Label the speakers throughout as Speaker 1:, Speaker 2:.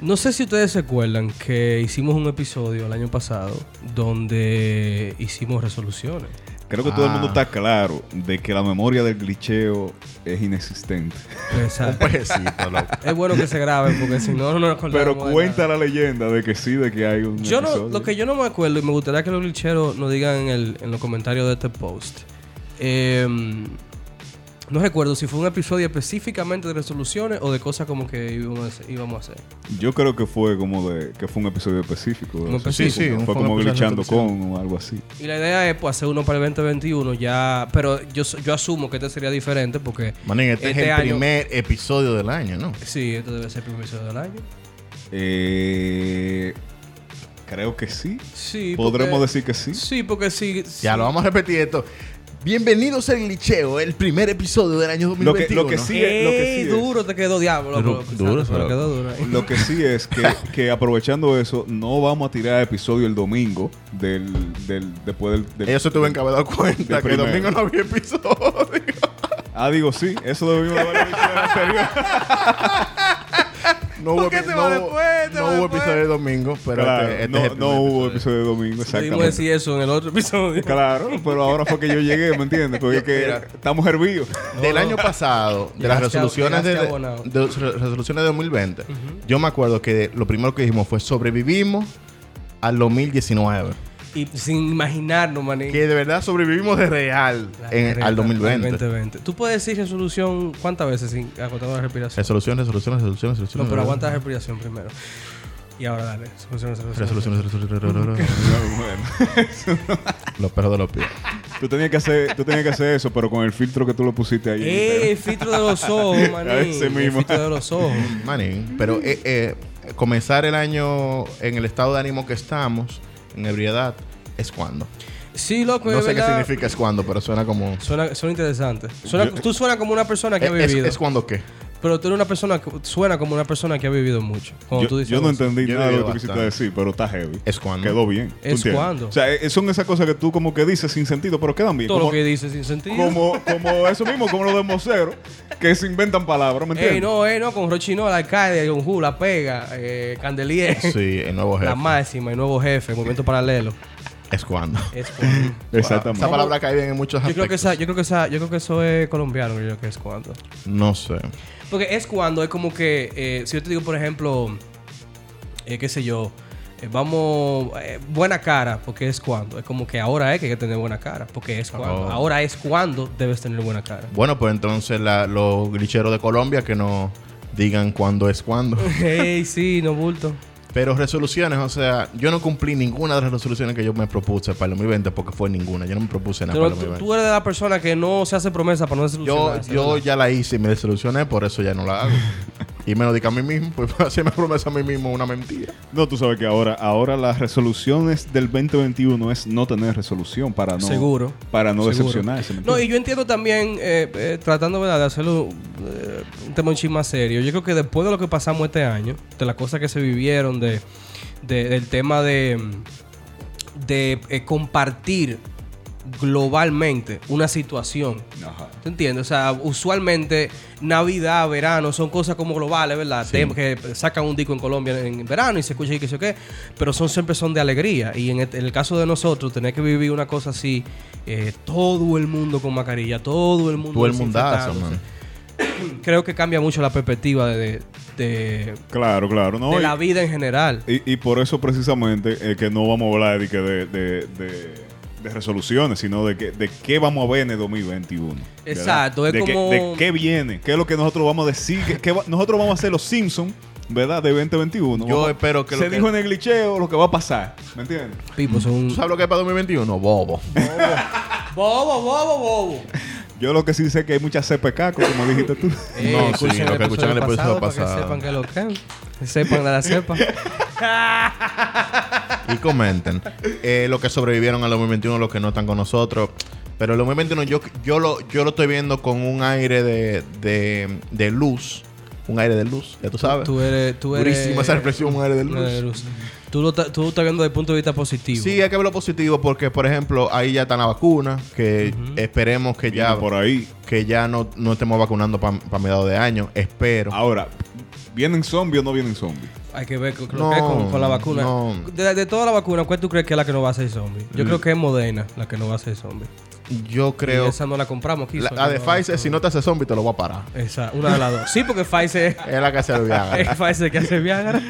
Speaker 1: No sé si ustedes se acuerdan que hicimos un episodio el año pasado donde hicimos resoluciones.
Speaker 2: Creo que todo
Speaker 3: Ah.
Speaker 2: el mundo está claro de que la memoria del glitcheo es inexistente.
Speaker 1: Exacto.
Speaker 3: Pobrecito, loco.
Speaker 1: es bueno que se graben porque si no, no nos acordamos.
Speaker 2: Pero
Speaker 1: de nada.
Speaker 2: cuenta la leyenda de que sí, de que hay un.
Speaker 1: Yo no,
Speaker 2: episodio.
Speaker 1: lo que yo no me acuerdo, y me gustaría que los glitcheros nos digan en, el- en los comentarios de este post. eh, no recuerdo si fue un episodio específicamente de resoluciones o de cosas como que íbamos a hacer. íbamos a hacer.
Speaker 2: Yo creo que fue como de. que fue un episodio específico.
Speaker 1: Un
Speaker 2: Eso
Speaker 1: específico.
Speaker 2: fue
Speaker 3: Sí, sí,
Speaker 2: Fue
Speaker 3: fue
Speaker 2: como
Speaker 3: un episodio
Speaker 2: glitchando
Speaker 3: especial.
Speaker 2: con o algo así.
Speaker 1: Y la idea es pues, hacer uno para el 2021 ya. Pero yo, yo asumo que este sería diferente porque.
Speaker 3: Manín, este, es
Speaker 1: Este
Speaker 3: el
Speaker 1: año-
Speaker 3: primer episodio del año, ¿no?
Speaker 1: Sí, esto debe ser el primer episodio del año.
Speaker 2: Eh, creo que sí.
Speaker 1: Sí.
Speaker 2: Podremos
Speaker 1: porque-
Speaker 2: decir que sí.
Speaker 1: Sí, porque sí.
Speaker 3: Ya
Speaker 1: sí.
Speaker 3: lo vamos a repetir esto. Bienvenidos al Licheo, el primer episodio del año
Speaker 2: Lo que-
Speaker 3: 2021.
Speaker 2: lo que sí-
Speaker 1: Ey,
Speaker 2: lo que sí es-
Speaker 1: duro te quedó diablo.
Speaker 3: Duro-
Speaker 1: loco, Santo,
Speaker 3: duro,
Speaker 1: pero
Speaker 3: pero-
Speaker 1: quedó duro ahí.
Speaker 2: Lo que sí es que, que aprovechando eso, no vamos a tirar episodio el domingo del, del después del, del-
Speaker 3: Ellos se tuvieron que haber dado
Speaker 2: Del
Speaker 3: cuenta que el
Speaker 2: primero.
Speaker 3: domingo no había episodio.
Speaker 2: Ah, digo sí, eso lo vimos de varios episodios anteriores.
Speaker 3: No hubo,
Speaker 1: ¿Por qué
Speaker 3: epi-
Speaker 1: se va
Speaker 3: no
Speaker 1: después? Se
Speaker 3: no
Speaker 1: va
Speaker 3: hubo
Speaker 1: después.
Speaker 3: episodio de domingo, pero
Speaker 2: Claro,
Speaker 3: este, este
Speaker 2: no,
Speaker 3: es el
Speaker 2: no
Speaker 3: primer
Speaker 2: hubo
Speaker 3: episodio.
Speaker 2: episodio de domingo,
Speaker 1: Pudimos
Speaker 2: exactamente.
Speaker 1: decir eso en el otro episodio.
Speaker 2: Claro, pero ahora fue que yo llegué, ¿me entiendes? Porque es que
Speaker 3: Mira.
Speaker 2: estamos hervidos.
Speaker 3: Del año pasado, de las
Speaker 1: Llegaste a-
Speaker 3: resoluciones de,
Speaker 1: llegaste
Speaker 3: de-
Speaker 1: abonado.
Speaker 3: de las resoluciones de 2020, yo me acuerdo que de- lo primero que dijimos fue sobrevivimos al 2019.
Speaker 1: Y sin imaginarnos, maní.
Speaker 3: Que de verdad sobrevivimos de real
Speaker 1: La
Speaker 3: en-
Speaker 1: creta,
Speaker 3: al 2020.
Speaker 1: al 2020. Tú puedes decir resolución cuántas veces sin aguantar la respiración.
Speaker 3: Resolución, resolución, resolución, resolución.
Speaker 1: no, pero aguanta la respiración primero. Y ahora dale. Resolución, resolución.
Speaker 3: Resolución, resolución, resolución.
Speaker 2: Bueno,
Speaker 3: Los perros de los pies.
Speaker 2: tú, tenías que hacer, tú tenías que hacer eso, pero con el filtro que tú lo pusiste ahí.
Speaker 1: ¡Eh! El filtro de los ojos, maní.
Speaker 2: Ese
Speaker 1: El
Speaker 2: mismo.
Speaker 1: filtro de los ojos.
Speaker 3: Manín, pero eh, eh, comenzar el año en el estado de ánimo que estamos, en ebriedad, es cuando.
Speaker 1: Sí, loco,
Speaker 3: No
Speaker 1: es
Speaker 3: sé qué
Speaker 1: Pues, verdad.
Speaker 3: significa es cuando, pero suena como.
Speaker 1: Suena, suena interesante. Suena-
Speaker 2: Yo-
Speaker 1: tú suenas como una persona que ha
Speaker 3: Eh, Es,
Speaker 1: vivido.
Speaker 3: es cuando qué.
Speaker 1: pero tú eres una persona que suena como una persona que ha vivido mucho. Cuando
Speaker 2: Yo,
Speaker 1: tú dices
Speaker 2: yo no
Speaker 1: eso.
Speaker 2: entendí
Speaker 3: Yo
Speaker 2: nada de lo que tú
Speaker 3: bastante.
Speaker 2: quisiste decir, pero está heavy.
Speaker 3: Es cuando.
Speaker 2: Quedó bien. ¿tú
Speaker 1: Es
Speaker 2: entiendes?
Speaker 1: cuando.
Speaker 2: O sea, eh, son esas cosas que tú como que dices sin sentido, pero quedan bien.
Speaker 1: Todo
Speaker 2: como,
Speaker 1: lo que dices sin sentido.
Speaker 2: como, como eso mismo, como lo de Mocero, que se inventan palabras, ¿me entiendes?
Speaker 1: Ey, no, ey, no, con Rochino, la alcalde, con Ju, la pega, eh, Candelier,
Speaker 3: Sí, el nuevo jefe.
Speaker 1: la máxima, el nuevo jefe, movimiento paralelo.
Speaker 3: Es cuando.
Speaker 1: Es cuando.
Speaker 2: Exactamente.
Speaker 3: Esa palabra cae bien en muchos
Speaker 1: Yo creo que
Speaker 3: aspectos.
Speaker 1: esa, yo creo que esa, yo creo que eso es colombiano, yo creo que es cuando.
Speaker 3: No sé.
Speaker 1: Porque es cuando es como que, eh, si yo te digo, por ejemplo, eh, qué sé yo, eh, vamos, eh, buena cara, porque es cuando. Es como que ahora es que hay que tener buena cara, porque es cuando.
Speaker 3: Oh.
Speaker 1: Ahora es cuando debes tener buena cara.
Speaker 3: Bueno, pues entonces la- los glitcheros de Colombia que nos digan cuándo es cuándo.
Speaker 1: Ey, sí, no bulto.
Speaker 3: Pero resoluciones, o sea, yo no cumplí ninguna de las resoluciones que yo me propuse para el 2020 porque fue ninguna. Yo no me propuse nada
Speaker 1: Pero
Speaker 3: para el
Speaker 1: tú,
Speaker 3: 2020.
Speaker 1: tú eres de la persona que no se hace promesa para no
Speaker 3: Yo,
Speaker 1: desilusionarse.
Speaker 3: yo
Speaker 1: ¿verdad?
Speaker 3: ya la hice y me desilusioné, por eso ya no la hago. y me lo dije a mí mismo, pues así me promesa a mí mismo una mentira.
Speaker 2: No, tú sabes que ahora, ahora las resoluciones del 2021 es no tener resolución para no,
Speaker 1: Seguro.
Speaker 2: Para no
Speaker 1: Seguro.
Speaker 2: decepcionarse. ¿me
Speaker 1: No,
Speaker 2: entiendes?
Speaker 1: y yo entiendo también, eh, eh, tratando ¿verdad? de hacerlo eh, un tema un chisme más serio, yo creo que después de lo que pasamos este año, de las cosas que se vivieron, de, de- del tema de, de eh, compartir globalmente una situación.
Speaker 2: Ajá.
Speaker 1: ¿Te entiendes? O sea, usualmente Navidad, verano, son cosas como globales, ¿verdad? Tem- Que sacan un disco en Colombia en verano y se escucha y que sé yo qué, pero son siempre son de alegría. Y en et- en el, caso de nosotros, tener que vivir una cosa así, eh, todo el mundo con mascarilla, todo el mundo.
Speaker 3: Todo el mundazo,
Speaker 1: desinfectándose.
Speaker 3: man.
Speaker 1: Creo que cambia mucho la perspectiva de, de, de-
Speaker 2: Claro, claro. No,
Speaker 1: de
Speaker 2: y,
Speaker 1: la vida en general.
Speaker 2: y- y por eso precisamente eh, que no vamos a hablar de, que de, de- de- de resoluciones, sino de, que, de qué vamos a ver en el 2021. ¿verdad?
Speaker 1: Exacto, es
Speaker 2: de que-
Speaker 1: como-
Speaker 2: de qué viene, qué es lo que nosotros vamos a decir, que, que va- nosotros vamos a hacer los Simpsons, ¿verdad? De 2021.
Speaker 3: Yo
Speaker 2: Vamos-
Speaker 3: espero que lo
Speaker 2: Se
Speaker 3: que-
Speaker 2: dijo en el glitcheo lo que va a pasar, ¿me entiendes?
Speaker 1: Pipo, son
Speaker 3: ¿Tú
Speaker 1: un-
Speaker 3: sabes lo que es para 2021? Bobo.
Speaker 1: Bobo, bobo, bobo.
Speaker 2: Yo lo que sí sé es que hay muchas CPK, como dijiste tú.
Speaker 1: Eh,
Speaker 3: No, sí,
Speaker 1: escuchen
Speaker 3: lo que escuchan en el episodio
Speaker 1: Para que
Speaker 3: pasado.
Speaker 1: sepan que lo que sepan de la cepa.
Speaker 3: y comenten eh, lo que sobrevivieron al 2021, los que no están con nosotros. Pero el 2021 yo, yo, lo, yo lo estoy viendo con un aire de, de, de luz. Un aire de luz, ya tú sabes.
Speaker 1: Tú eres. Tú eres
Speaker 3: Durísima esa reflexión, un aire de luz.
Speaker 1: Una de luz. Tú lo estás tú lo estás viendo desde el punto de vista positivo.
Speaker 3: Sí, hay que ver lo positivo porque, por ejemplo, ahí ya está la vacuna, que esperemos que
Speaker 2: Ya
Speaker 3: ya,
Speaker 2: por ahí. Ah.
Speaker 3: que ya no, no estemos vacunando para mediados de año. Espero.
Speaker 2: Ahora, ¿Vienen zombies o no vienen zombies?
Speaker 1: Hay que ver con,
Speaker 3: No,
Speaker 1: que es con, con la vacuna.
Speaker 3: no. Mm.
Speaker 1: De, de toda la vacuna, ¿cuál tú crees que es la que no va a ser zombie? Yo creo que es Moderna la que no va a ser zombie.
Speaker 3: Yo
Speaker 1: Y
Speaker 3: creo.
Speaker 1: esa no la compramos aquí.
Speaker 3: La,
Speaker 1: so
Speaker 3: la
Speaker 1: que
Speaker 3: de
Speaker 1: no va a-
Speaker 3: Pfizer, si no te hace zombie, te lo voy a parar.
Speaker 1: Esa, una de las dos. Sí, porque Pfizer
Speaker 3: Es la que hace el
Speaker 1: es
Speaker 3: Viagra.
Speaker 1: Pfizer que hace Viagra.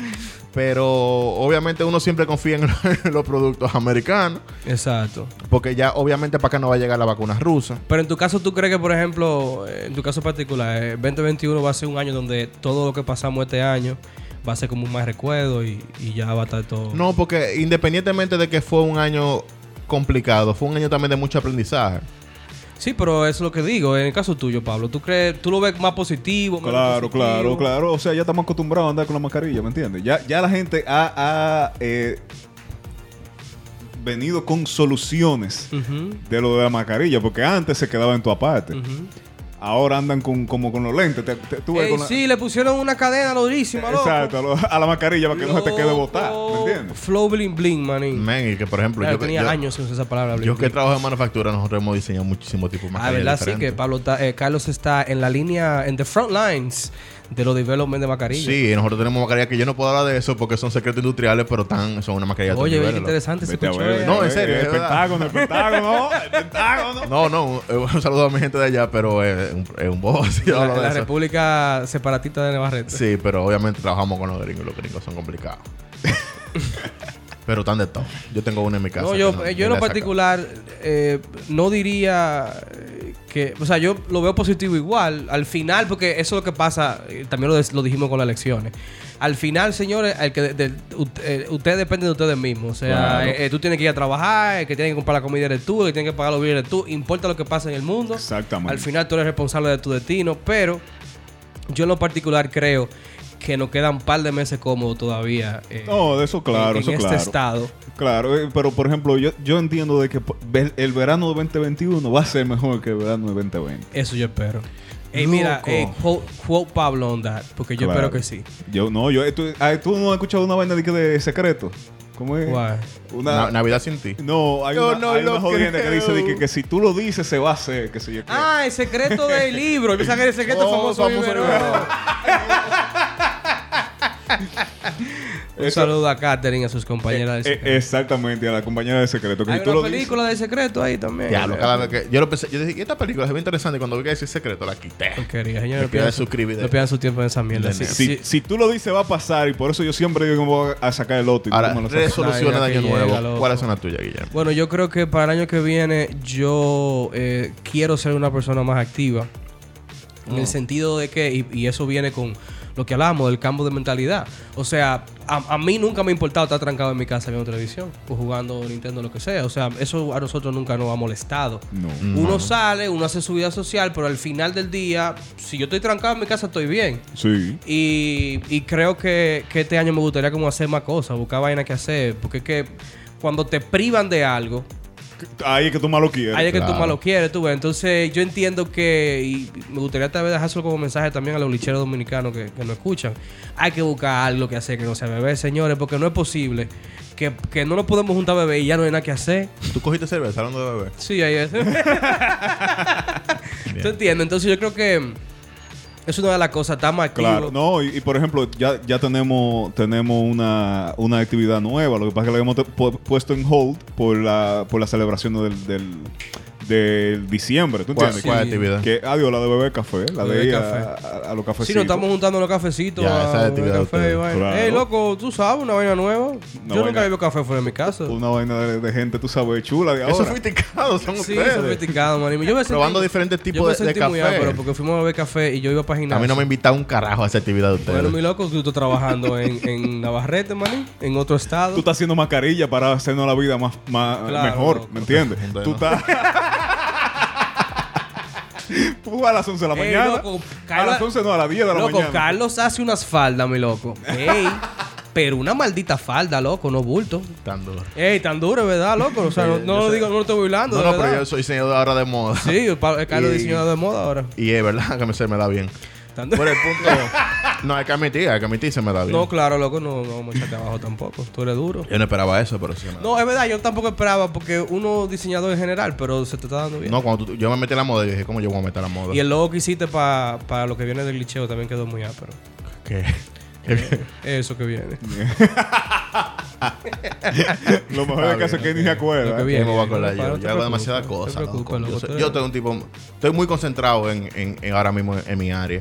Speaker 3: Pero obviamente uno siempre confía en lo- en los productos americanos.
Speaker 1: Exacto.
Speaker 3: Porque ya obviamente para acá no va a llegar la vacuna rusa.
Speaker 1: Pero en tu caso, ¿tú crees que, por ejemplo, eh, en tu caso particular, eh, 2021 va a ser un año donde todo lo que pasamos este año va a ser como un mal recuerdo y, y ya va a estar todo...
Speaker 3: No, porque independientemente de que fue un año complicado, fue un año también de mucho aprendizaje.
Speaker 1: Sí, pero eso es lo que digo. En el caso tuyo, Pablo, ¿tú crees, tú lo ves más positivo? menos
Speaker 2: Claro,
Speaker 1: positivo?
Speaker 2: claro, claro. O sea, ya estamos acostumbrados a andar con la mascarilla, ¿me entiendes? Ya, ya la gente ha, ha, eh, venido con soluciones
Speaker 1: Ujú,
Speaker 2: de lo de la mascarilla, porque antes se quedaba en tu aparte.
Speaker 1: ujú.
Speaker 2: Ahora andan con, como con los lentes. Te- te- tú ves
Speaker 1: Ey,
Speaker 2: con la-
Speaker 1: Sí, le pusieron una cadena durísima, loco.
Speaker 2: Exacto, a, lo- a la mascarilla para que no se te quede
Speaker 1: Loco.
Speaker 2: botar, ¿me entiendes?
Speaker 1: Flow bling bling, manín.
Speaker 3: Men, y que por ejemplo,
Speaker 1: Claro,
Speaker 3: yo, que-
Speaker 1: tenía
Speaker 3: yo-
Speaker 1: años sin usar esa palabra. bling
Speaker 3: yo que
Speaker 1: bling.
Speaker 3: trabajo en manufactura, nosotros hemos diseñado muchísimos tipos de
Speaker 1: pues, Ah,
Speaker 3: mascarillas
Speaker 1: verdad, sí, que
Speaker 3: diferentes.
Speaker 1: Pablo está- eh, Carlos está en la línea, en the front lines de los development de mascarillas.
Speaker 3: Sí, y nosotros tenemos mascarillas que yo no puedo hablar de eso porque son secretos industriales, pero tan, son una mascarilla de
Speaker 1: Oye, oye,
Speaker 3: otro
Speaker 1: qué
Speaker 3: nivel, loco.
Speaker 1: interesante se
Speaker 2: Vete a
Speaker 1: escuchó.
Speaker 2: ver,
Speaker 1: eh.
Speaker 3: No,
Speaker 2: eh,
Speaker 3: en serio,
Speaker 2: eh,
Speaker 3: es
Speaker 2: El
Speaker 3: verdad.
Speaker 2: pentágono, el pentágono, el pentágono.
Speaker 3: No, no, eh, un saludo a mi gente de allá, pero es un, es un bobo si yo
Speaker 1: la,
Speaker 3: hablo de
Speaker 1: la
Speaker 3: eso.
Speaker 1: República Separatista de Navarrete.
Speaker 3: Sí, pero obviamente trabajamos con los gringos. Los gringos son complicados. pero están de todo. Yo tengo una en mi casa.
Speaker 1: No,
Speaker 3: que
Speaker 1: yo, eh,
Speaker 3: que
Speaker 1: yo en lo
Speaker 3: la he sacado.
Speaker 1: particular eh, no diría eh, que, o sea, yo lo veo positivo igual, al final, porque eso es lo que pasa, eh, también lo, des- lo dijimos con las elecciones. Al final, señores, el que de- de- ut- eh, ustedes dependen de ustedes mismos. O sea,
Speaker 2: Claro.
Speaker 1: eh, eh, tú tienes que ir a trabajar, el que tiene que comprar la comida eres tú, el que tiene que pagar los billetes eres tú, importa lo que pasa en el mundo.
Speaker 2: Exactamente.
Speaker 1: Al final tú eres responsable de tu destino, pero yo en lo particular creo que nos quedan un par de meses cómodos todavía. eh,
Speaker 2: No, de eso claro,
Speaker 1: en, en
Speaker 2: eso
Speaker 1: este
Speaker 2: claro.
Speaker 1: estado.
Speaker 2: Claro, eh, pero por ejemplo, yo, yo entiendo de que po- ve- el verano de 2021 va a ser mejor que el verano de 2020.
Speaker 1: Eso yo espero. Ey,
Speaker 3: Loco.
Speaker 1: mira, ey, quote, quote Pablo on that, porque yo
Speaker 2: Claro.
Speaker 1: espero que sí.
Speaker 2: Yo no, yo eh, tú, ah, ¿tú no has escuchado una vaina de, que de secreto. ¿Cómo es?
Speaker 1: Guay.
Speaker 2: Una
Speaker 3: Na- Navidad sin ti.
Speaker 2: No, hay
Speaker 3: Yo
Speaker 2: una,
Speaker 3: no
Speaker 2: hay
Speaker 3: lo
Speaker 2: una jodienda que
Speaker 3: creo.
Speaker 2: dice de que, que si tú lo dices se va a hacer, que sé yo qué.
Speaker 1: Ah, el secreto del libro. Yo pensaba que era el secreto
Speaker 3: Oh,
Speaker 1: este famoso.
Speaker 3: famoso
Speaker 1: Viverón.
Speaker 3: Viverón.
Speaker 1: Un
Speaker 2: Eso-
Speaker 1: saludo a Katherine y a sus compañeras del
Speaker 2: Eh,
Speaker 1: secreto.
Speaker 2: exactamente, a la compañera de secreto. Que
Speaker 1: Hay
Speaker 2: si tú
Speaker 1: una
Speaker 2: lo
Speaker 1: película del secreto ahí también.
Speaker 3: Ya, lo cada vez que. Yo lo pensé. Yo dije, esta película es muy interesante. Y cuando vi que decía secreto, la quité.
Speaker 1: Porquería, señores, no
Speaker 3: Me pierdo
Speaker 1: pierdan
Speaker 3: de suscribir de-
Speaker 1: no pierdan su tiempo en esa mierda.
Speaker 3: de
Speaker 1: Sí,
Speaker 2: dices,
Speaker 1: sí.
Speaker 2: si, si tú lo dices va a pasar y por eso yo siempre digo que me voy a sacar el lote. y tú
Speaker 3: Ahora,
Speaker 2: me lo sacas.
Speaker 3: resoluciones de
Speaker 1: Navidad
Speaker 3: año
Speaker 1: que llega,
Speaker 3: nuevo.
Speaker 1: loco.
Speaker 3: ¿Cuáles son las tuyas, Guillermo?
Speaker 1: Bueno, yo creo que para el año que viene yo eh, quiero ser una persona más activa. En el sentido de que, y, y eso viene con lo que hablábamos del cambio de mentalidad. O sea, a, a mí nunca me ha importado estar trancado en mi casa viendo televisión o jugando Nintendo, lo que sea. O sea, eso a nosotros nunca nos ha molestado.
Speaker 2: No.
Speaker 1: Uno sale, uno hace su vida social, pero al final del día, si yo estoy trancado en mi casa, estoy bien.
Speaker 2: Sí.
Speaker 1: Y, y creo que, que este año me gustaría como hacer más cosas, buscar vainas que hacer. Porque es que cuando te privan de algo,
Speaker 2: Ahí es que tú malo quieres.
Speaker 1: hay que
Speaker 3: claro.
Speaker 1: tú más lo quieres, tú ves. Entonces yo entiendo que, y me gustaría tal vez dejárselo como mensaje también a los licheros dominicanos que, que nos escuchan. Hay que buscar algo que hacer que no sea beber, señores, porque no es posible que, que no nos podemos juntar a beber y ya no hay nada que hacer.
Speaker 3: ¿Tú cogiste cerveza hablando de bebé?
Speaker 1: Sí, ahí es. ¿Tú entiendes? Entonces yo creo que es una de las cosas, está más activo.
Speaker 2: Claro, no, y, y por ejemplo, ya, ya tenemos, tenemos una, una actividad nueva, lo que pasa es que la habíamos te- pu- puesto en hold por la, por la celebración del, del, del diciembre, ¿tú
Speaker 3: ¿Cuál,
Speaker 2: entiendes?
Speaker 3: cuál
Speaker 1: Sí.
Speaker 3: actividad?
Speaker 2: Que, adiós, la de beber café, la
Speaker 1: Beber
Speaker 2: de ir a,
Speaker 1: café.
Speaker 2: a- a los cafecitos.
Speaker 1: Sí, nos estamos juntando los cafecitos.
Speaker 3: Pues Ya, esa es
Speaker 1: a
Speaker 3: actividad
Speaker 1: beber
Speaker 3: de
Speaker 1: café
Speaker 3: ustedes.
Speaker 1: y vaina.
Speaker 2: Claro.
Speaker 1: Ey, loco, tú sabes, una vaina nueva. Yo
Speaker 2: vaina-
Speaker 1: nunca bebo café fuera de mi casa.
Speaker 2: Una vaina de, de gente, tú sabes, chula de ahora.
Speaker 3: Eso fue indicado, son
Speaker 1: Sí,
Speaker 3: ustedes.
Speaker 1: sofisticado, manimo. Yo me sentí-
Speaker 3: Probando diferentes
Speaker 1: yo
Speaker 3: tipos
Speaker 1: me
Speaker 3: de- de,
Speaker 1: sentí muy
Speaker 3: café.
Speaker 1: ápero porque fuimos a beber café y yo iba para
Speaker 3: A
Speaker 1: gimnasio.
Speaker 3: mí no me invitaron un carajo a esa actividad de ustedes.
Speaker 1: Bueno, mi loco, tú estás trabajando en, en Navarrete, maní, en otro estado.
Speaker 2: Tú estás haciendo mascarilla para hacernos la vida más, más
Speaker 1: Claro,
Speaker 2: mejor,
Speaker 1: loco.
Speaker 2: ¿me entiendes?
Speaker 3: Bueno.
Speaker 2: Tú estás... Tú a las 11 de la
Speaker 1: Ey,
Speaker 2: mañana.
Speaker 1: loco,
Speaker 2: a
Speaker 1: Carlos-
Speaker 2: las 11 no, a las 10 de la
Speaker 1: Loco,
Speaker 2: mañana.
Speaker 1: Carlos hace unas faldas, mi loco. Ey, pero una maldita falda, loco, no bulto.
Speaker 3: Tan duro.
Speaker 1: Ey, tan duro, ¿verdad, loco? O sea, no,
Speaker 3: Eh, Yo
Speaker 1: no lo
Speaker 3: sé.
Speaker 1: digo, no lo estoy burlando,
Speaker 3: No,
Speaker 1: de
Speaker 3: no,
Speaker 1: verdad.
Speaker 3: pero yo soy diseñador ahora de moda.
Speaker 1: Sí, el pa- el Carlos
Speaker 3: Y-
Speaker 1: es diseñador de moda ahora.
Speaker 3: Y es verdad que me, se me da bien.
Speaker 1: Tan duro.
Speaker 3: Por el punto. no, hay que admitir, hay que admitir, se me da bien.
Speaker 1: No, claro, loco, no, no vamos a echarte abajo tampoco. Tú eres duro.
Speaker 3: Yo no esperaba eso, pero sí me da
Speaker 1: No, es verdad, yo tampoco esperaba porque uno diseñador en general, pero se te está dando bien.
Speaker 3: No, cuando tú- yo me metí en la moda, yo dije, ¿cómo yo voy a meter la moda?
Speaker 1: Y el logo que hiciste para lo que viene del glitcheo también quedó muy ápero.
Speaker 3: ¿Qué?
Speaker 1: Eso que viene.
Speaker 2: Lo mejor del caso es que ni se
Speaker 1: Lo que
Speaker 2: acuerda.
Speaker 1: viene.
Speaker 3: Yo me voy
Speaker 1: Eh, no
Speaker 3: a acordar
Speaker 1: te
Speaker 3: yo. Yo hago
Speaker 1: preocupes,
Speaker 3: demasiadas
Speaker 1: no te
Speaker 3: cosas. loco.
Speaker 1: preocupes, loco,
Speaker 3: Yo, soy-
Speaker 1: tú eres-
Speaker 3: yo tengo un tipo. Estoy muy concentrado en, en- en ahora mismo en, en mi área.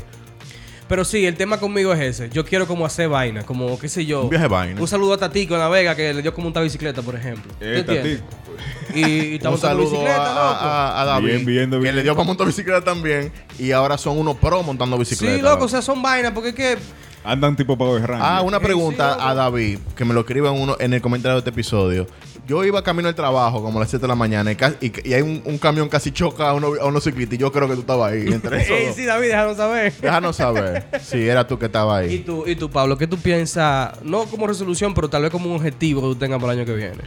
Speaker 1: Pero sí, el tema conmigo es ese. Yo quiero como hacer vaina, como qué sé yo.
Speaker 3: Un viaje vaina.
Speaker 1: Un saludo a Tatico en La Vega que le dio como una bicicleta, por ejemplo. ¿Tú
Speaker 2: Eh,
Speaker 1: entiendes?
Speaker 2: Tatico.
Speaker 1: Y, y
Speaker 3: Un
Speaker 1: estamos montando
Speaker 3: saludo
Speaker 1: bicicleta,
Speaker 3: a,
Speaker 1: loco.
Speaker 3: a- a David,
Speaker 2: Bien, bien, David.
Speaker 3: que le dio para montar bicicleta también. Y ahora son unos pro montando bicicleta.
Speaker 1: sí, loco, o sea, son vainas, porque es que.
Speaker 2: Andan tipo Power Rangers.
Speaker 3: Ah, una
Speaker 1: Sí,
Speaker 3: pregunta
Speaker 1: sí, loco.
Speaker 3: a David, que me lo escribe en, uno, en el comentario de este episodio. Yo iba camino al trabajo como a las 7 de la mañana y, ca- y- y hay un, un camión casi choca a uno- a unos ciclistas y yo creo que tú estabas ahí entre esos
Speaker 1: Ey,
Speaker 3: dos.
Speaker 1: sí, David, déjanos saber.
Speaker 3: Déjanos saber si era tú que
Speaker 1: ¿Y
Speaker 3: estabas ahí.
Speaker 1: tú, y tú, Pablo, ¿qué tú piensas? No como resolución, pero tal vez como un objetivo que tú tengas para el año que viene.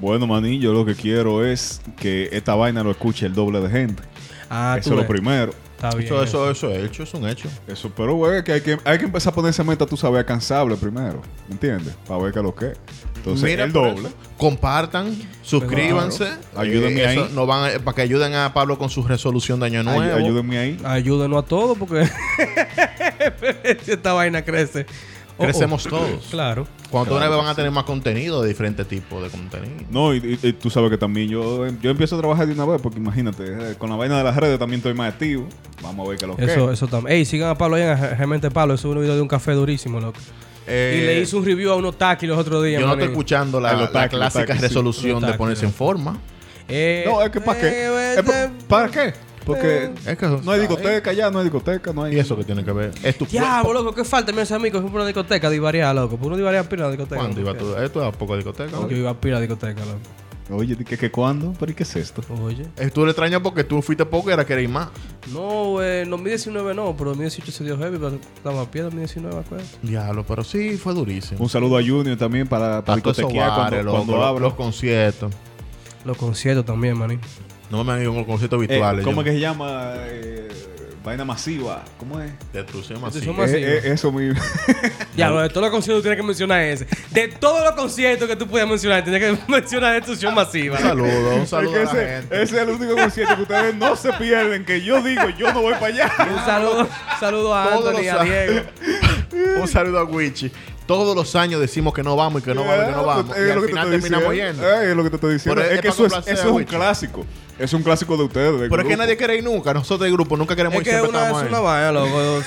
Speaker 2: Bueno, maní, yo lo que quiero es que esta vaina lo escuche el doble de gente.
Speaker 1: Ah,
Speaker 2: eso
Speaker 1: tú
Speaker 2: es lo
Speaker 1: ves.
Speaker 2: primero.
Speaker 1: Está bien.
Speaker 3: Eso, eso, eso es hecho, es un hecho.
Speaker 2: Eso, pero güey, que hay que, hay que empezar a ponerse meta, tú sabes, alcanzable primero. ¿Entiendes? Para ver qué es lo que es. Entonces,
Speaker 3: Mira
Speaker 2: el
Speaker 3: por
Speaker 2: doble.
Speaker 3: eso. Compartan, suscríbanse.
Speaker 2: Claro. Ayúdenme ahí.
Speaker 3: nos van a- para que ayuden a Pablo con su resolución de año
Speaker 2: Ay-
Speaker 3: nuevo.
Speaker 2: ayúdenme ahí.
Speaker 1: Ayúdenos a todos porque si esta vaina crece. Oh, oh.
Speaker 3: Crecemos todos.
Speaker 1: Claro.
Speaker 3: Cuando tú una vez
Speaker 2: Claro,
Speaker 3: van a tener más contenido de diferentes tipos de contenido.
Speaker 2: No, y, y- y tú sabes que también yo, em, yo empiezo a trabajar de una vez, porque imagínate, eh, con la vaina de las redes también estoy más activo. Vamos a ver qué es lo que
Speaker 1: Eso,
Speaker 2: es.
Speaker 1: eso también. Ey, sigan a Pablo ahí en Realmente Pablo. Eso es un video de un café durísimo, loco.
Speaker 3: Eh,
Speaker 1: y le hice un review a unos taquis los otros días.
Speaker 3: Yo no
Speaker 1: manín.
Speaker 3: estoy escuchando la,
Speaker 2: Ah, los
Speaker 3: la
Speaker 2: taxis, los
Speaker 3: clásica
Speaker 2: taxis, sí.
Speaker 3: resolución
Speaker 1: Los
Speaker 3: de
Speaker 1: taxis,
Speaker 3: ponerse
Speaker 1: ¿no?
Speaker 3: en forma.
Speaker 1: Eh,
Speaker 2: No, es que ¿para qué?
Speaker 1: eh,
Speaker 2: Es
Speaker 1: eh,
Speaker 2: pa- ¿Para qué? Porque eh,
Speaker 3: Es que-
Speaker 2: no hay discoteca ya, no hay discoteca, no hay...
Speaker 3: ¿Y eso que tiene que ver? Es tu
Speaker 1: Diablo, loco, ¿qué falta? Mira, ese amigo es una discoteca de Ibaria, loco. Por uno de Ibaria pila de discoteca.
Speaker 3: ¿Cuándo iba tú? Esto es poco discoteca.
Speaker 1: Loco, Yo iba a pila de discoteca, loco.
Speaker 2: Oye, ¿qué, qué cuándo? ¿Pero y qué es esto?
Speaker 1: Oye.
Speaker 3: Eh, Tú le extrañas porque tú fuiste poco y ahora queréis más.
Speaker 1: No, eh, en 2019 no, pero 2018 se dio heavy, pero estaba a pie 2019, acuérdate.
Speaker 3: Diablo, pero sí, fue durísimo.
Speaker 2: Un saludo a Junior también para, para
Speaker 3: Para todos esos
Speaker 2: discotequear cuando,
Speaker 3: bares, loco,
Speaker 2: cuando Eh,
Speaker 3: los-
Speaker 2: abra.
Speaker 3: los conciertos.
Speaker 1: Los conciertos también, maní.
Speaker 3: No me han ido a los conciertos
Speaker 2: Eh,
Speaker 3: virtuales.
Speaker 2: ¿Cómo
Speaker 3: yo.
Speaker 2: que se llama? Eh, vaina masiva. ¿Cómo es?
Speaker 3: Destrucción
Speaker 1: Destrucción
Speaker 3: masiva.
Speaker 1: masiva.
Speaker 2: Eh, eh, eso mismo.
Speaker 1: Ya, lo de todos los conciertos tienes que mencionar ese. De todos los conciertos que tú puedas mencionar, tienes que mencionar este destrucción masiva.
Speaker 3: Un saludo, un saludo a
Speaker 2: Es
Speaker 3: la
Speaker 2: que ese,
Speaker 3: gente.
Speaker 2: ese es el único concierto que ustedes no se pierden, que yo digo, yo no voy para allá.
Speaker 1: Un saludo, un saludo a
Speaker 3: Todos
Speaker 1: Anthony,
Speaker 3: los
Speaker 1: a
Speaker 3: años.
Speaker 1: Diego.
Speaker 3: un saludo a Wichi. Todos los años decimos que no vamos y que no vamos y que no vamos.
Speaker 2: Ah, pues, Es lo
Speaker 3: y al
Speaker 2: que te
Speaker 3: final
Speaker 2: estoy
Speaker 3: terminamos
Speaker 2: diciendo.
Speaker 3: yendo.
Speaker 2: Eh, Es lo que te estoy diciendo.
Speaker 3: Pero
Speaker 2: es
Speaker 3: es
Speaker 2: que
Speaker 3: pa'
Speaker 2: eso es,
Speaker 3: complacer,
Speaker 2: eso es un
Speaker 3: bicho.
Speaker 2: clásico. Es un clásico de ustedes. del
Speaker 3: Pero es que
Speaker 2: grupo.
Speaker 3: nadie quiere ir nunca. Nosotros del grupo nunca queremos
Speaker 1: Es
Speaker 3: ir.
Speaker 1: que
Speaker 3: siempre
Speaker 1: una, es
Speaker 3: estamos
Speaker 1: una
Speaker 3: ahí.
Speaker 1: vaina, loco. dos.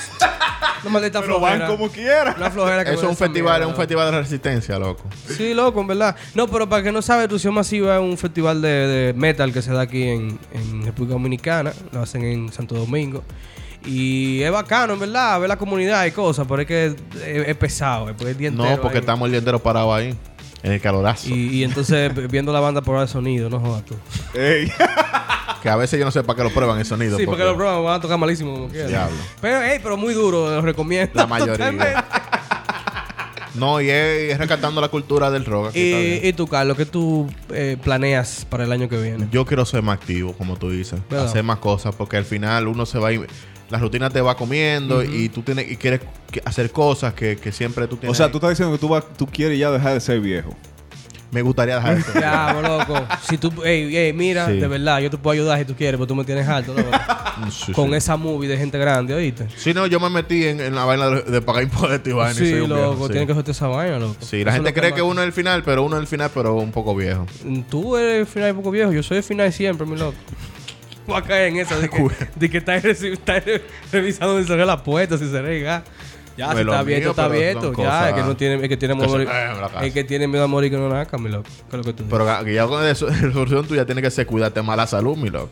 Speaker 1: Una maldita
Speaker 2: Pero van
Speaker 1: flojera.
Speaker 2: como quieran.
Speaker 1: Una flojera que
Speaker 3: Eso es
Speaker 1: me
Speaker 3: un
Speaker 1: da esa
Speaker 3: festival, es
Speaker 1: mierda.
Speaker 3: un festival de resistencia, loco.
Speaker 1: Sí, loco, en verdad. No, pero para que no sabe, Erupción Masiva es un festival de, de metal que se da aquí en, en República Dominicana. Lo hacen en Santo Domingo. Y es bacano, en verdad, ver la comunidad y cosas, pero es que es, es- es pesado. eh, Es, es día
Speaker 3: No,
Speaker 1: entero
Speaker 3: porque
Speaker 1: ahí.
Speaker 3: estamos el día entero parados ahí. En el calorazo.
Speaker 1: Y, y entonces viendo la banda probar el sonido, no jodas tú.
Speaker 2: Ey.
Speaker 3: Que a veces yo no sé para qué lo prueban el sonido.
Speaker 1: Sí, porque los programas van a tocar malísimo como quiera.
Speaker 3: Diablo.
Speaker 1: Pero, hey, pero muy duro, los recomiendo.
Speaker 3: La mayoría.
Speaker 1: totalmente.
Speaker 3: No, y es, es rescatando la cultura del rock. aquí está bien.
Speaker 1: Y, y tú, Carlos, ¿qué tú eh, planeas para el año que viene?
Speaker 3: Yo quiero ser más activo, como tú dices.
Speaker 1: ¿Verdad?
Speaker 3: Hacer más cosas, porque al final uno se va y la rutina te va comiendo y tú tienes y quieres que- hacer cosas que, que siempre tú
Speaker 2: O
Speaker 3: tienes.
Speaker 2: sea,
Speaker 3: ahí.
Speaker 2: tú estás diciendo que tú, vas- tú quieres ya dejar de ser viejo.
Speaker 3: me gustaría dejar eso.
Speaker 1: Diablo, loco. Si tú, ey, ey, mira,
Speaker 3: Este, Sí.
Speaker 1: de verdad, yo te puedo ayudar si tú quieres, pero tú me tienes alto, loco.
Speaker 3: Mm, Sí,
Speaker 1: Con
Speaker 3: sí.
Speaker 1: esa movie de gente grande, ¿oíste?
Speaker 3: Sí, no, yo me metí en, en la vaina de, de pagar impuestos y vaina. y
Speaker 1: Sí,
Speaker 3: soy un viejo,
Speaker 1: loco,
Speaker 3: sí.
Speaker 1: tienes que hacerte esa vaina, loco.
Speaker 3: Sí,
Speaker 1: Eso
Speaker 3: la gente
Speaker 1: es lo
Speaker 3: cree que
Speaker 1: más- Mm,
Speaker 3: uno es el final, pero uno es el final, pero un poco viejo.
Speaker 1: Tú eres el final poco viejo, yo soy el final siempre, mi loco. Voy a caer en eso de que, de que estás reci- estás re- revisando si cerré la puerta, si cerré ya. Ya,
Speaker 3: No
Speaker 1: si
Speaker 3: es lo
Speaker 1: está abierto,
Speaker 3: mío,
Speaker 1: está
Speaker 3: pero son
Speaker 1: abierto. Ya,
Speaker 3: cosas
Speaker 1: el que no tiene, el que tiene
Speaker 3: que se
Speaker 1: amor-
Speaker 3: pegan en la casa.
Speaker 1: el que tiene miedo a morir que no naca, mi loco. ¿Qué es lo que tú dices?
Speaker 3: Pero ga- que ya con eso, la solución tuya tiene que ser cuidarte más la salud, mi loco.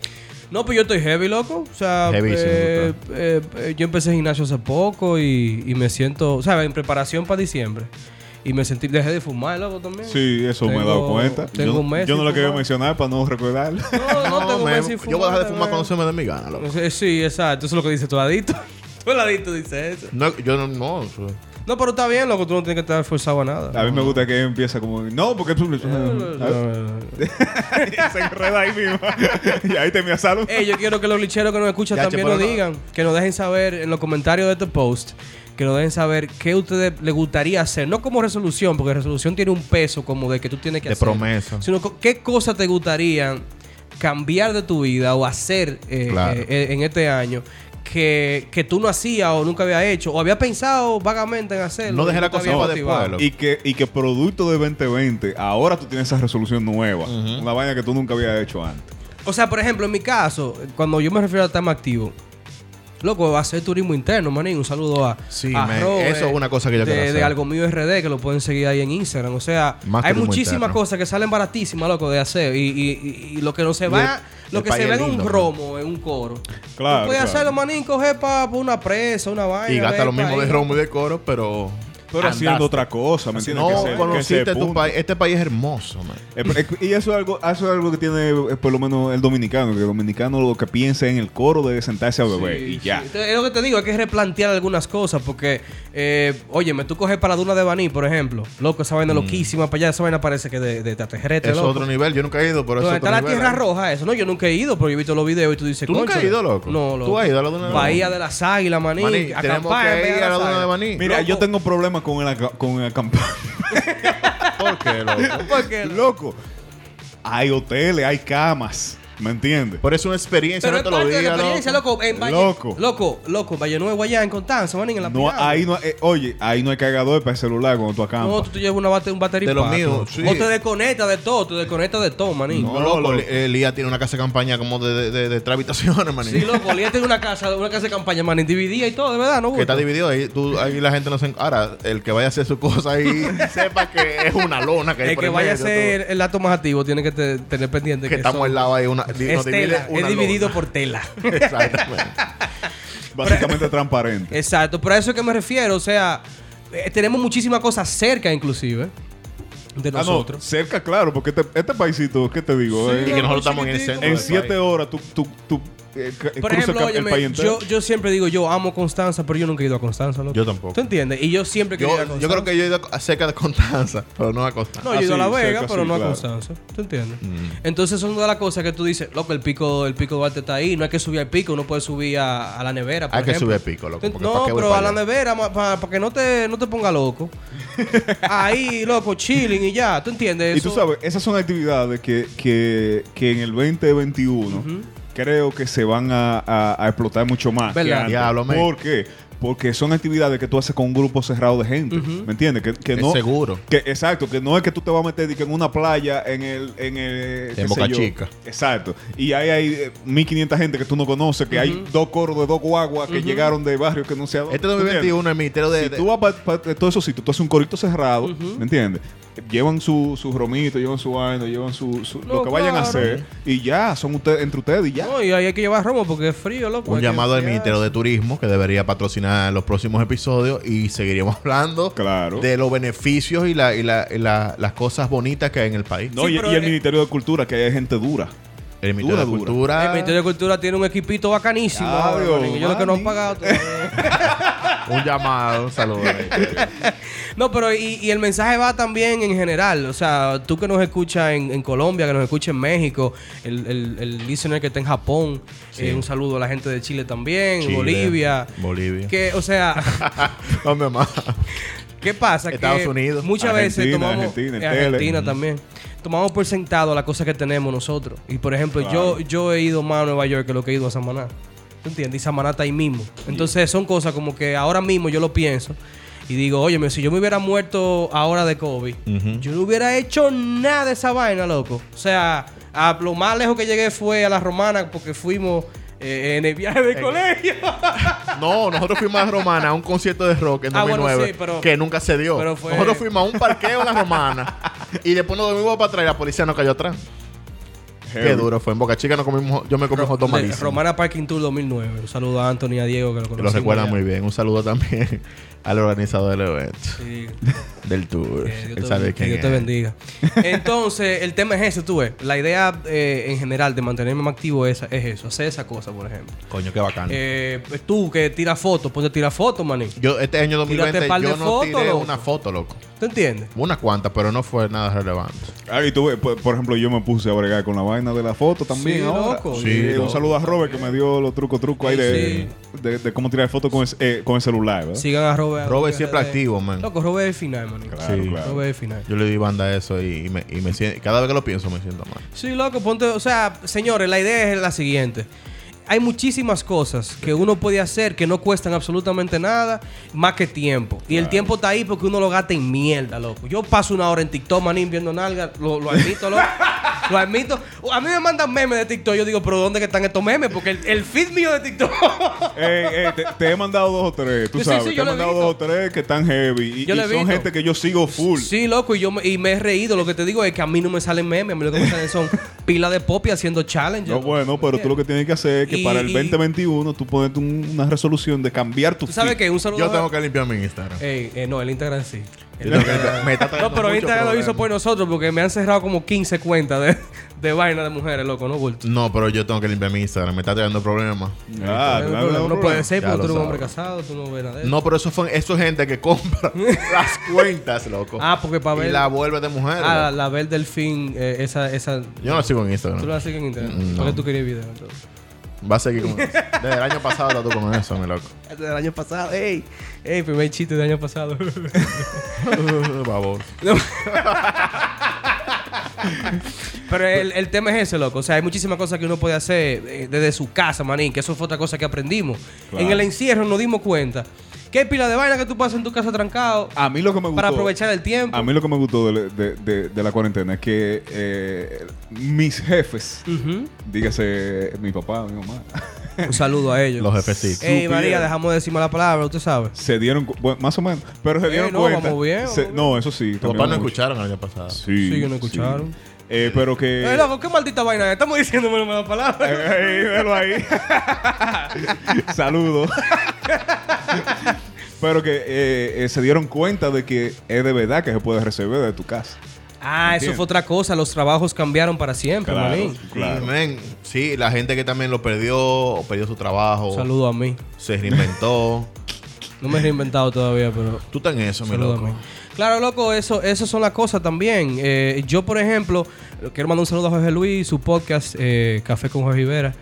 Speaker 1: No, pues yo estoy heavy, loco. O sea,
Speaker 3: Heavísimo,
Speaker 1: eh, eh, eh, yo empecé gimnasio hace poco y, y me siento, ¿sabes? En preparación para diciembre. Y me sentí, dejé de fumar, loco, también.
Speaker 2: Sí, eso me he dado
Speaker 1: Tengo-
Speaker 2: cuenta.
Speaker 1: tengo
Speaker 2: yo,
Speaker 1: un mes
Speaker 2: yo no
Speaker 1: sin
Speaker 2: lo quería
Speaker 1: fumar.
Speaker 2: mencionar para no recordarlo.
Speaker 1: No, no, tengo
Speaker 3: me-
Speaker 1: mes sin
Speaker 3: yo voy a dejar de
Speaker 1: también.
Speaker 3: fumar cuando se me dé mi gana, loco.
Speaker 1: No sé, Sí, exacto. Eso es lo que dice tu adicto. Tu adicto dice eso.
Speaker 3: No, yo no, no, eso-
Speaker 1: No, pero está bien, loco. Tú no tienes que estar forzado a nada.
Speaker 2: A mí me gusta que empieza como... No, porque... se enreda ahí mismo. y ahí termina salud.
Speaker 1: Ey, yo quiero que los licheros que nos escuchan
Speaker 3: Ya, che,
Speaker 1: también
Speaker 3: pero
Speaker 1: nos
Speaker 3: no.
Speaker 1: digan, que nos dejen saber en los comentarios de este post, que nos dejen saber qué a ustedes les gustaría hacer, no como resolución, porque resolución tiene un peso como de que tú tienes que
Speaker 3: De
Speaker 1: hacer.
Speaker 3: promesa.
Speaker 1: Sino co- qué cosas te gustaría cambiar de tu vida o hacer eh,
Speaker 3: Claro.
Speaker 1: eh, eh, en este año que, que tú no hacías o nunca había hecho o había pensado vagamente en hacerlo.
Speaker 3: No
Speaker 1: y
Speaker 3: dejé
Speaker 1: te
Speaker 3: la cosa
Speaker 1: había
Speaker 3: para
Speaker 1: motivado.
Speaker 3: después, loco.
Speaker 2: Y que, y que producto de 2020, ahora tú tienes esa resolución nueva.
Speaker 3: Ujú.
Speaker 2: Una vaina que tú nunca habías hecho antes.
Speaker 1: O sea, por ejemplo, en mi caso, cuando yo me refiero a tema activo, loco, hacer turismo interno, manín. Un saludo a.
Speaker 3: Sí,
Speaker 1: a
Speaker 3: man, eso es una cosa que yo quiero
Speaker 1: de,
Speaker 3: hacer.
Speaker 1: de algo mío RD, que lo pueden seguir ahí en Instagram. O sea,
Speaker 3: Más
Speaker 1: hay
Speaker 3: turismo
Speaker 1: muchísimas
Speaker 3: interno.
Speaker 1: cosas que salen baratísimas, loco, de hacer. Y, y- y- y lo que no se
Speaker 3: Y
Speaker 1: va,
Speaker 3: el-
Speaker 1: lo
Speaker 3: el
Speaker 1: que se
Speaker 3: país
Speaker 1: ve
Speaker 3: es
Speaker 1: en un
Speaker 3: lindo,
Speaker 1: romo, en un coro.
Speaker 2: Claro,
Speaker 1: Tú puedes
Speaker 2: claro.
Speaker 1: hacerlo, manín, coger para una presa, una vaina.
Speaker 3: Y gasta
Speaker 1: ver
Speaker 3: lo
Speaker 1: pa'
Speaker 3: mismo de
Speaker 1: ahí.
Speaker 3: romo y de coro, pero.
Speaker 2: Pero
Speaker 3: andaste.
Speaker 2: haciendo otra cosa, ¿me entiendes?
Speaker 3: No,
Speaker 2: Que se- que se
Speaker 3: conociste tu
Speaker 2: punta.
Speaker 3: país. Este país es hermoso, man.
Speaker 2: Eh, pero, eh, Y eso es algo, eso es algo que tiene eh, por lo menos el dominicano, que el dominicano lo que piensa es en el coro de sentarse a beber
Speaker 1: Sí,
Speaker 2: y ya.
Speaker 1: sí. Entonces, es lo que te digo, hay que replantear algunas cosas porque, eh, óyeme, tú coges para la Duna de Baní, por ejemplo. Loco, esa vaina loquísima para allá, esa vaina parece que de, de Tatejerete,
Speaker 3: Mm. Es
Speaker 1: Este loco.
Speaker 3: otro nivel. Yo nunca he ido, pero es
Speaker 1: Donde
Speaker 3: otro
Speaker 1: está la
Speaker 3: nivel,
Speaker 1: Tierra
Speaker 3: ¿eh?
Speaker 1: Roja, eso, ¿no? Yo nunca he ido, pero yo he visto los videos y tú dices,
Speaker 3: ¿Tú nunca has
Speaker 1: "Cónchale".
Speaker 3: ido, loco?
Speaker 1: No, loco.
Speaker 3: ¿Tú has ido a la Duna de Baní?
Speaker 1: Bahía de las Águilas, maní.
Speaker 3: Maní, tenemos
Speaker 1: acampar en
Speaker 3: que
Speaker 1: Bahía
Speaker 3: ir a la
Speaker 1: las
Speaker 3: Duna de
Speaker 1: Águilas.
Speaker 3: Maní.
Speaker 2: Mira,
Speaker 1: Loco.
Speaker 2: yo tengo problemas con el, aca- con el acampar.
Speaker 3: ¿Por qué, loco?
Speaker 1: ¿Por qué?
Speaker 2: Loco, hay hoteles, hay camas, ¿me entiendes?
Speaker 3: Pero es una experiencia,
Speaker 1: Pero
Speaker 3: no
Speaker 1: es
Speaker 3: te lo
Speaker 1: parte de la
Speaker 3: digas,
Speaker 1: experiencia,
Speaker 3: loco.
Speaker 1: loco. eh, En Valle,
Speaker 2: Loco.
Speaker 1: loco. Loco, en Valle Nuevo allá en Constanza, maní, en la
Speaker 2: No,
Speaker 1: pirámide.
Speaker 2: ahí no, eh, oye, ahí no hay cargador para el celular cuando tú
Speaker 1: No,
Speaker 2: acampas.
Speaker 1: tú te llevas una bate- un batería
Speaker 3: De lo
Speaker 1: pack,
Speaker 3: mío,
Speaker 1: loco.
Speaker 3: sí.
Speaker 1: O te desconectas de todo, te desconectas de todo, maní.
Speaker 3: No,
Speaker 2: No,
Speaker 3: loco,
Speaker 2: loco.
Speaker 3: Elías tiene una casa de campaña como de, de, de, de tres habitaciones, maní.
Speaker 1: Sí, loco, Lía tiene una casa, una casa de campaña, man, dividida y todo, de verdad, ¿no?
Speaker 3: que
Speaker 1: bulto?
Speaker 3: está dividido ahí, tú, ahí la gente no se... Ahora, el que vaya a hacer su cosa ahí, sepa que es una lona que hay
Speaker 1: El
Speaker 3: por
Speaker 1: que vaya a
Speaker 3: medio,
Speaker 1: ser el dato más activo tiene que te- tener
Speaker 3: tú,
Speaker 1: pendiente que,
Speaker 3: que estamos
Speaker 1: son-
Speaker 3: al lado ahí, una, di-
Speaker 1: es
Speaker 3: nos divide
Speaker 1: tela,
Speaker 3: una
Speaker 1: es dividido
Speaker 3: lona.
Speaker 1: por tela.
Speaker 3: Exactamente.
Speaker 2: Básicamente transparente.
Speaker 1: Exacto, pero a eso es que me refiero, o sea, eh, tenemos muchísimas cosas cerca inclusive de
Speaker 2: Ah, no,
Speaker 1: nosotros.
Speaker 2: cerca, claro, porque este, este paisito, ¿qué te digo?
Speaker 1: Sí,
Speaker 2: Eh,
Speaker 3: y que nosotros estamos en el
Speaker 1: chiquitico.
Speaker 3: centro.
Speaker 2: en
Speaker 3: del
Speaker 2: siete
Speaker 3: país.
Speaker 2: horas tú, tú, tú eh, ca-
Speaker 1: Por
Speaker 2: cruzas
Speaker 1: ejemplo,
Speaker 2: el, el
Speaker 1: óyeme,
Speaker 2: país entero.
Speaker 1: yo, yo siempre digo, yo amo Constanza, pero yo nunca he ido a Constanza, loco.
Speaker 3: Yo tampoco.
Speaker 1: ¿Tú entiendes? Y yo siempre quería ir a
Speaker 3: Yo, yo
Speaker 1: Constanza.
Speaker 3: creo que yo he ido a- cerca de Constanza, pero no a Constanza.
Speaker 1: No, yo he ido a
Speaker 2: Ah,
Speaker 1: La
Speaker 2: sí,
Speaker 1: Vega,
Speaker 2: cerca,
Speaker 1: pero
Speaker 2: sí,
Speaker 1: no a
Speaker 2: claro.
Speaker 1: Constanza. ¿Tú entiendes?
Speaker 3: Mm.
Speaker 1: Entonces, son una de las cosas que tú dices, loco, el pico, el pico Duarte está ahí, no hay que subir al pico, uno puede subir a, a la nevera. por
Speaker 3: Hay que
Speaker 1: ejemplo.
Speaker 3: subir el pico, loco. porque ¿pa'
Speaker 1: No,
Speaker 3: qué voy
Speaker 1: pero
Speaker 3: pa'
Speaker 1: a la
Speaker 3: allá?
Speaker 1: nevera, para que no te, no te ponga loco. ahí, loco, chilling y ya, ¿tú entiendes?
Speaker 2: Y tú
Speaker 1: Eso-
Speaker 2: sabes, esas son actividades que, que, que en el 2021 creo que se van a, a- a explotar mucho más. que
Speaker 1: ¿Verdad?
Speaker 2: antes.
Speaker 3: Diablo, man.
Speaker 2: ¿Por qué? Porque son actividades que tú haces con un grupo cerrado de gente. ¿Me entiendes? Que, que
Speaker 3: Es
Speaker 2: no,
Speaker 3: seguro.
Speaker 2: Que, exacto, que no es que tú te vas a meter di que en una playa en el. En, el, qué sé
Speaker 3: Boca
Speaker 2: yo.
Speaker 3: Chica.
Speaker 2: Exacto. Y ahí hay eh, 1500 gente que tú no conoces, que hay dos coros de dos guaguas que llegaron de barrios que no se
Speaker 3: Este 2021 es mi tiro de...
Speaker 2: si
Speaker 3: de-
Speaker 2: tú vas para todos esos sitios, tú haces un corito cerrado, ¿me entiendes? Llevan su, su romito, llevan su vaina, llevan su, su- lo
Speaker 1: No,
Speaker 2: que vayan a
Speaker 1: claro.
Speaker 2: hacer y ya, son ustedes entre ustedes y ya.
Speaker 1: No, y ahí hay que llevar romo porque es frío, loco.
Speaker 3: Un
Speaker 1: hay que
Speaker 3: llamado al
Speaker 1: enfriarse.
Speaker 3: Ministerio de Turismo que debería patrocinar los próximos episodios y seguiremos hablando
Speaker 2: Claro.
Speaker 3: de los beneficios y, la- y la- y la- las cosas bonitas que hay en el país.
Speaker 2: No,
Speaker 1: Sí,
Speaker 2: y,
Speaker 1: pero
Speaker 2: y el
Speaker 1: eh,
Speaker 2: Ministerio de Cultura, que hay gente dura.
Speaker 3: El
Speaker 2: Dura, dura.
Speaker 3: Ministerio de
Speaker 1: El
Speaker 3: Cultura,
Speaker 1: Ministerio de Cultura tiene un equipito bacanísimo.
Speaker 2: Ya,
Speaker 1: ahora,
Speaker 2: Dios,
Speaker 1: manín, Yo lo que no han
Speaker 2: manín.
Speaker 1: pagado. todavía.
Speaker 3: un llamado, un saludo.
Speaker 1: No, pero y, y el mensaje va también en general. O sea, tú que nos escuchas en, en Colombia, que nos escuchas en México, el, el, el listener que está en Japón, eh, un saludo a la gente de Chile también,
Speaker 3: Chile,
Speaker 1: Bolivia.
Speaker 3: Bolivia.
Speaker 1: Que, o sea,
Speaker 3: No, mi mamá.
Speaker 1: ¿qué pasa? Que
Speaker 3: Estados Unidos,
Speaker 1: Muchas veces
Speaker 2: Argentina,
Speaker 1: tomamos.
Speaker 2: Argentina,
Speaker 1: eh,
Speaker 2: Tele.
Speaker 1: Argentina
Speaker 2: Mm.
Speaker 1: también. Tomamos por sentado las cosas que tenemos nosotros. Y por ejemplo,
Speaker 2: Claro.
Speaker 1: yo, yo he ido más a Nueva York que lo que he ido a Samaná. ¿Tú entiendes? Y Samaná está ahí mismo. Entonces son cosas como que ahora mismo yo lo pienso. Y digo, oye, si yo me hubiera muerto ahora de COVID, yo no hubiera hecho nada de esa vaina, loco. O sea, a lo más lejos que llegué fue a la romana porque fuimos eh, en el viaje de colegio.
Speaker 3: No, nosotros fuimos a la Romana a un concierto de rock en
Speaker 1: Ah, bueno,
Speaker 3: 2009
Speaker 1: sí, pero-
Speaker 3: que nunca se dio.
Speaker 1: pero fue-
Speaker 3: Nosotros fuimos a un parqueo en la Romana y después nos dormimos para atrás y la policía nos cayó atrás. Qué
Speaker 2: Heavy.
Speaker 3: duro fue. En Boca Chica nos comimos, yo me comí un hot dog
Speaker 1: De
Speaker 3: malísimo.
Speaker 1: Romana Parking Tour 2009. Un saludo a Anthony y a Diego que lo
Speaker 3: Que
Speaker 1: conocen.
Speaker 3: lo recuerda muy bien. Un saludo también al organizador del evento, del tour.
Speaker 1: Que Dios
Speaker 3: Él
Speaker 1: te-
Speaker 3: sabe
Speaker 1: que
Speaker 3: quién
Speaker 1: Dios te
Speaker 3: es.
Speaker 1: bendiga. Entonces, el tema es ese, tú ves. La idea eh, en general de mantenerme más activo es, es eso, hacer esa cosa, por ejemplo.
Speaker 3: Coño, qué bacano.
Speaker 1: Eh, tú que tiras fotos, ponte a tirar fotos, maní.
Speaker 3: yo este año 2020
Speaker 1: tírate par de
Speaker 3: yo no
Speaker 1: fotos,
Speaker 3: tiré
Speaker 1: loco.
Speaker 3: una foto, loco.
Speaker 1: ¿Tú entiendes?
Speaker 3: Unas cuantas, pero no fue nada relevante.
Speaker 2: Ah, y tú ves, por, por ejemplo, yo me puse a bregar con la vaina de la foto también.
Speaker 1: Sí,
Speaker 2: ahora.
Speaker 1: loco.
Speaker 2: Sí,
Speaker 3: Sí,
Speaker 2: eh,
Speaker 3: loco.
Speaker 2: un saludo a Robert que me dio los trucos, trucos ahí de, de, de cómo tirar fotos con, el- eh, con el celular, ¿verdad?
Speaker 1: Sigan a Robert.
Speaker 3: Robert
Speaker 1: Rodríguez
Speaker 3: siempre
Speaker 1: de-
Speaker 3: activo, man.
Speaker 1: Loco, Robert es el final, maní.
Speaker 2: Claro,
Speaker 3: Sí.
Speaker 2: claro.
Speaker 1: Robert es el final.
Speaker 3: Yo le di banda a eso y, y me, y me siento, cada vez que lo pienso me siento mal.
Speaker 1: Sí, loco, ponte. O sea, señores, la idea es la siguiente. hay muchísimas cosas que uno puede hacer que no cuestan absolutamente nada más que tiempo. Y el tiempo está ahí porque uno lo gasta en mierda, loco. Yo paso una hora en TikTok, manín, viendo nalgas. Lo, lo admito, loco. lo admito. A mí me mandan memes de TikTok. Yo digo, pero ¿dónde que están estos memes? Porque el, el feed mío de TikTok...
Speaker 2: Ey, ey, Eh, te, te he mandado dos o tres, tú
Speaker 1: Sí, sí,
Speaker 2: sabes.
Speaker 1: sí,
Speaker 2: te
Speaker 1: yo
Speaker 2: he
Speaker 1: lo he
Speaker 2: mandado
Speaker 1: visto.
Speaker 2: dos o tres que están heavy. Y,
Speaker 1: Yo
Speaker 2: y
Speaker 1: lo he
Speaker 2: son
Speaker 1: visto.
Speaker 2: gente que yo sigo full.
Speaker 1: Sí, loco, y yo me- y me he reído. Lo que te digo es que a mí no me salen memes, a mí lo que me salen son pila de popi haciendo challenges.
Speaker 2: No, bueno, pero tú lo que tienes que hacer es que
Speaker 1: Y-
Speaker 2: para el
Speaker 1: y-
Speaker 2: 2021 tú ponete un- una resolución de cambiar tu
Speaker 1: Tú sabes
Speaker 2: feed.
Speaker 1: que un saludo.
Speaker 3: Yo tengo que limpiar mi Instagram.
Speaker 1: Ey, eh, no, el Instagram sí.
Speaker 3: Yo tengo que limpiar- me está trayendo
Speaker 1: No, pero
Speaker 3: mucho
Speaker 1: Instagram lo
Speaker 3: problema.
Speaker 1: hizo por nosotros porque me han cerrado como 15 cuentas de, de vaina de mujeres, loco, ¿no, Bulto?
Speaker 3: No, pero yo tengo que limpiar mi Instagram. Me está trayendo problemas.
Speaker 1: no,
Speaker 2: Ah, claro,
Speaker 1: hay
Speaker 2: no,
Speaker 1: problema.
Speaker 2: no,
Speaker 1: No puede ser
Speaker 3: Ya
Speaker 1: porque tú eres un
Speaker 3: lo sabes.
Speaker 1: hombre casado, tú no ves nada de eso.
Speaker 3: No, pero eso fue eso es gente que compra las cuentas, loco.
Speaker 1: Ah, porque para
Speaker 3: Y
Speaker 1: ver.
Speaker 3: la vuelve de mujer.
Speaker 1: ah, la,
Speaker 3: loco.
Speaker 1: la del delfín, eh, esa, esa.
Speaker 3: Yo no sigo en
Speaker 1: Tú
Speaker 3: Instagram.
Speaker 1: la sigues en Instagram.
Speaker 3: Mm,
Speaker 1: Porque
Speaker 3: no.
Speaker 1: tú querías video. entonces.
Speaker 3: Va a seguir con eso. Desde el año pasado lo tú con eso, mi loco.
Speaker 1: Este Del año pasado, ey. Ey, primer chiste del año pasado.
Speaker 3: Babos.
Speaker 1: Pero el, el tema es ese, loco. O sea, hay muchísimas cosas que uno puede hacer eh, desde su casa, manín. Que eso fue otra cosa que aprendimos.
Speaker 2: Claro.
Speaker 1: En el encierro nos dimos cuenta. Que hay pila de vaina que tú pasas en tu casa trancado
Speaker 2: A mí lo que me gustó.
Speaker 1: para aprovechar el tiempo.
Speaker 2: A mí lo que me gustó de, de- de- de la cuarentena es que eh, mis jefes,
Speaker 1: Ujú.
Speaker 2: dígase mi papá, mi mamá,
Speaker 1: Un saludo a ellos.
Speaker 3: Los jefecitos.
Speaker 1: Ey,
Speaker 2: Supieron.
Speaker 1: María, dejamos de decir mala palabra, usted sabe.
Speaker 2: se dieron, cu- bueno, más o menos, pero se
Speaker 1: Eh,
Speaker 2: dieron
Speaker 1: no,
Speaker 2: cuenta.
Speaker 1: vamos bien,
Speaker 2: se-
Speaker 1: vamos
Speaker 2: no, eso sí.
Speaker 3: Tus
Speaker 2: también
Speaker 3: papás no
Speaker 2: mucho.
Speaker 3: escucharon el año pasado.
Speaker 2: Sí,
Speaker 1: Sí, que no escucharon.
Speaker 2: Eh, pero que.
Speaker 1: Eh, loco, qué maldita vaina. es? Estamos diciéndome la mala palabra.
Speaker 2: Eh, Ey, velo ahí. Saludos. Pero que eh, eh, se dieron cuenta de que es de verdad que se puede resolver de tu casa.
Speaker 1: Ah, eso
Speaker 2: Entiendo.
Speaker 1: fue otra cosa. Los trabajos cambiaron para siempre, manín.
Speaker 3: Sí, men. sí, la gente que también lo perdió, o perdió su trabajo,
Speaker 1: Un Saludo a mí.
Speaker 3: se reinventó.
Speaker 1: No me he reinventado todavía, pero
Speaker 3: Tú estás en eso, mi
Speaker 1: Saludo a
Speaker 3: loco.
Speaker 1: mí. Claro, loco, eso, eso son las cosas también. Eh, yo, por ejemplo, quiero mandar un saludo a Jorge Luis, su podcast, eh, Café con Jorge Rivera.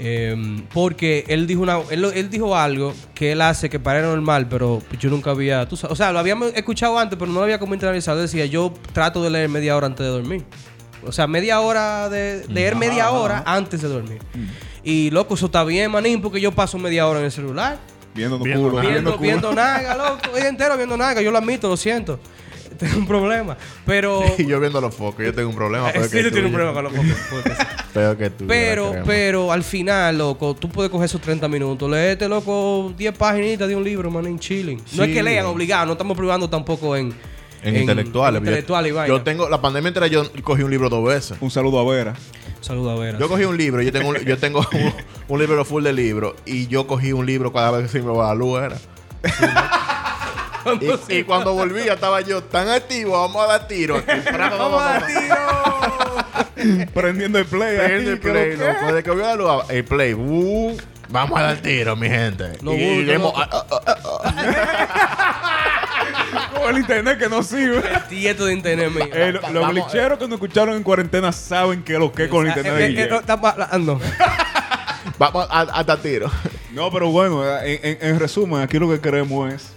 Speaker 1: eh, porque él dijo una, él, lo- él dijo algo que él hace que parece normal, pero yo nunca había. tú sa- o sea, lo habíamos escuchado antes, pero no lo había como internalizado. Él Decía, yo trato de leer media hora antes de dormir. O sea, media hora de. leer media hora antes de dormir.
Speaker 3: Mm.
Speaker 1: Y loco, eso está bien, manín, porque yo paso media hora en el celular.
Speaker 2: Viendo tu
Speaker 3: Viendo
Speaker 2: culo.
Speaker 3: nada.
Speaker 2: Viendo
Speaker 1: Viendo,
Speaker 2: culo.
Speaker 1: viendo naga, loco. El día entero viendo naga. Yo lo admito, lo siento. Tengo un problema. Pero.
Speaker 3: Y yo viendo los focos, yo tengo un problema.
Speaker 1: Eh,
Speaker 3: peor
Speaker 1: sí,
Speaker 3: que
Speaker 1: tú tienes un
Speaker 3: tuyo.
Speaker 1: problema con los podcasts.
Speaker 3: Peor que tú.
Speaker 1: Pero,
Speaker 3: la crema.
Speaker 1: pero al final, loco, tú puedes coger esos 30 minutos. Leete, loco, 10 paginitas de un libro, man, en chilling. No es
Speaker 3: Sí.
Speaker 1: que lean obligado, no estamos privando tampoco en.
Speaker 3: En, intelectuales.
Speaker 1: en
Speaker 3: yo-
Speaker 1: intelectuales y
Speaker 3: yo,
Speaker 1: vaina.
Speaker 3: tengo, la pandemia entera yo cogí un libro dos veces.
Speaker 2: Un saludo a Vera.
Speaker 1: Saluda a Vera.
Speaker 3: Yo cogí un libro, yo tengo un, yo tengo un, un libro full de libros y yo cogí un libro cada vez que se me va la luz era.
Speaker 1: Cuando
Speaker 3: Y, y cuando volví ya estaba yo tan activo, vamos a dar tiro. aquí.
Speaker 1: ¡Vamos a dar
Speaker 2: Prendiendo el play. ahí,
Speaker 3: Prende el
Speaker 2: que lo-
Speaker 3: play, loco. Desde que vio la luz, el play. uh, vamos a dar tiro, mi gente.
Speaker 1: No,
Speaker 3: y
Speaker 1: uh,
Speaker 3: y
Speaker 1: no,
Speaker 3: hemos-
Speaker 1: no.
Speaker 3: ah, ah, ah,
Speaker 2: Con el internet que no sirve.
Speaker 1: Tieto de internet mío.
Speaker 2: Eh, lo- los
Speaker 3: Vamos,
Speaker 2: glitcheros que nos escucharon en cuarentena saben que lo que es con el
Speaker 1: Ah,
Speaker 2: internet.
Speaker 1: eh,
Speaker 2: de
Speaker 1: eh,
Speaker 2: Guille.
Speaker 1: no, tapa- ah, no.
Speaker 3: vamos a, a dar tiro.
Speaker 2: No, pero bueno, eh, en, en- en resumen, aquí lo que queremos es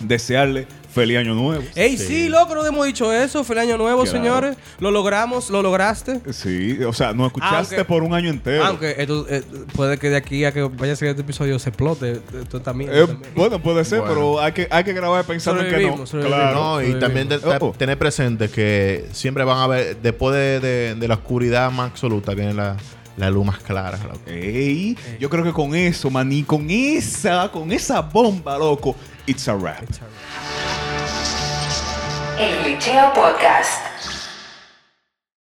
Speaker 2: desearle feliz año nuevo.
Speaker 1: Ey, sí. loco, no hemos dicho eso. Feliz año nuevo,
Speaker 2: Claro.
Speaker 1: señores. Lo logramos, lo lograste.
Speaker 2: Sí, o sea, nos escuchaste
Speaker 1: Aunque-
Speaker 2: por un año entero.
Speaker 1: Aunque esto, eh, puede que de aquí a que vaya a ser este episodio se explote. eh, Esto también.
Speaker 2: Eh, bueno, puede ser,
Speaker 3: Bueno.
Speaker 2: pero hay que, hay que grabar pensando en que no.
Speaker 1: Sobrevivimos, sobrevivimos.
Speaker 2: Claro.
Speaker 3: No, y
Speaker 1: Sí,
Speaker 3: también de-
Speaker 2: Ojo.
Speaker 3: tener presente que siempre van a haber, después de, de- de la oscuridad más absoluta, viene la, la luz más clara. loco.
Speaker 2: Ey, yo creo que con eso, maní, con esa, con esa bomba, loco, it's a wrap.
Speaker 4: El Liceo Podcast.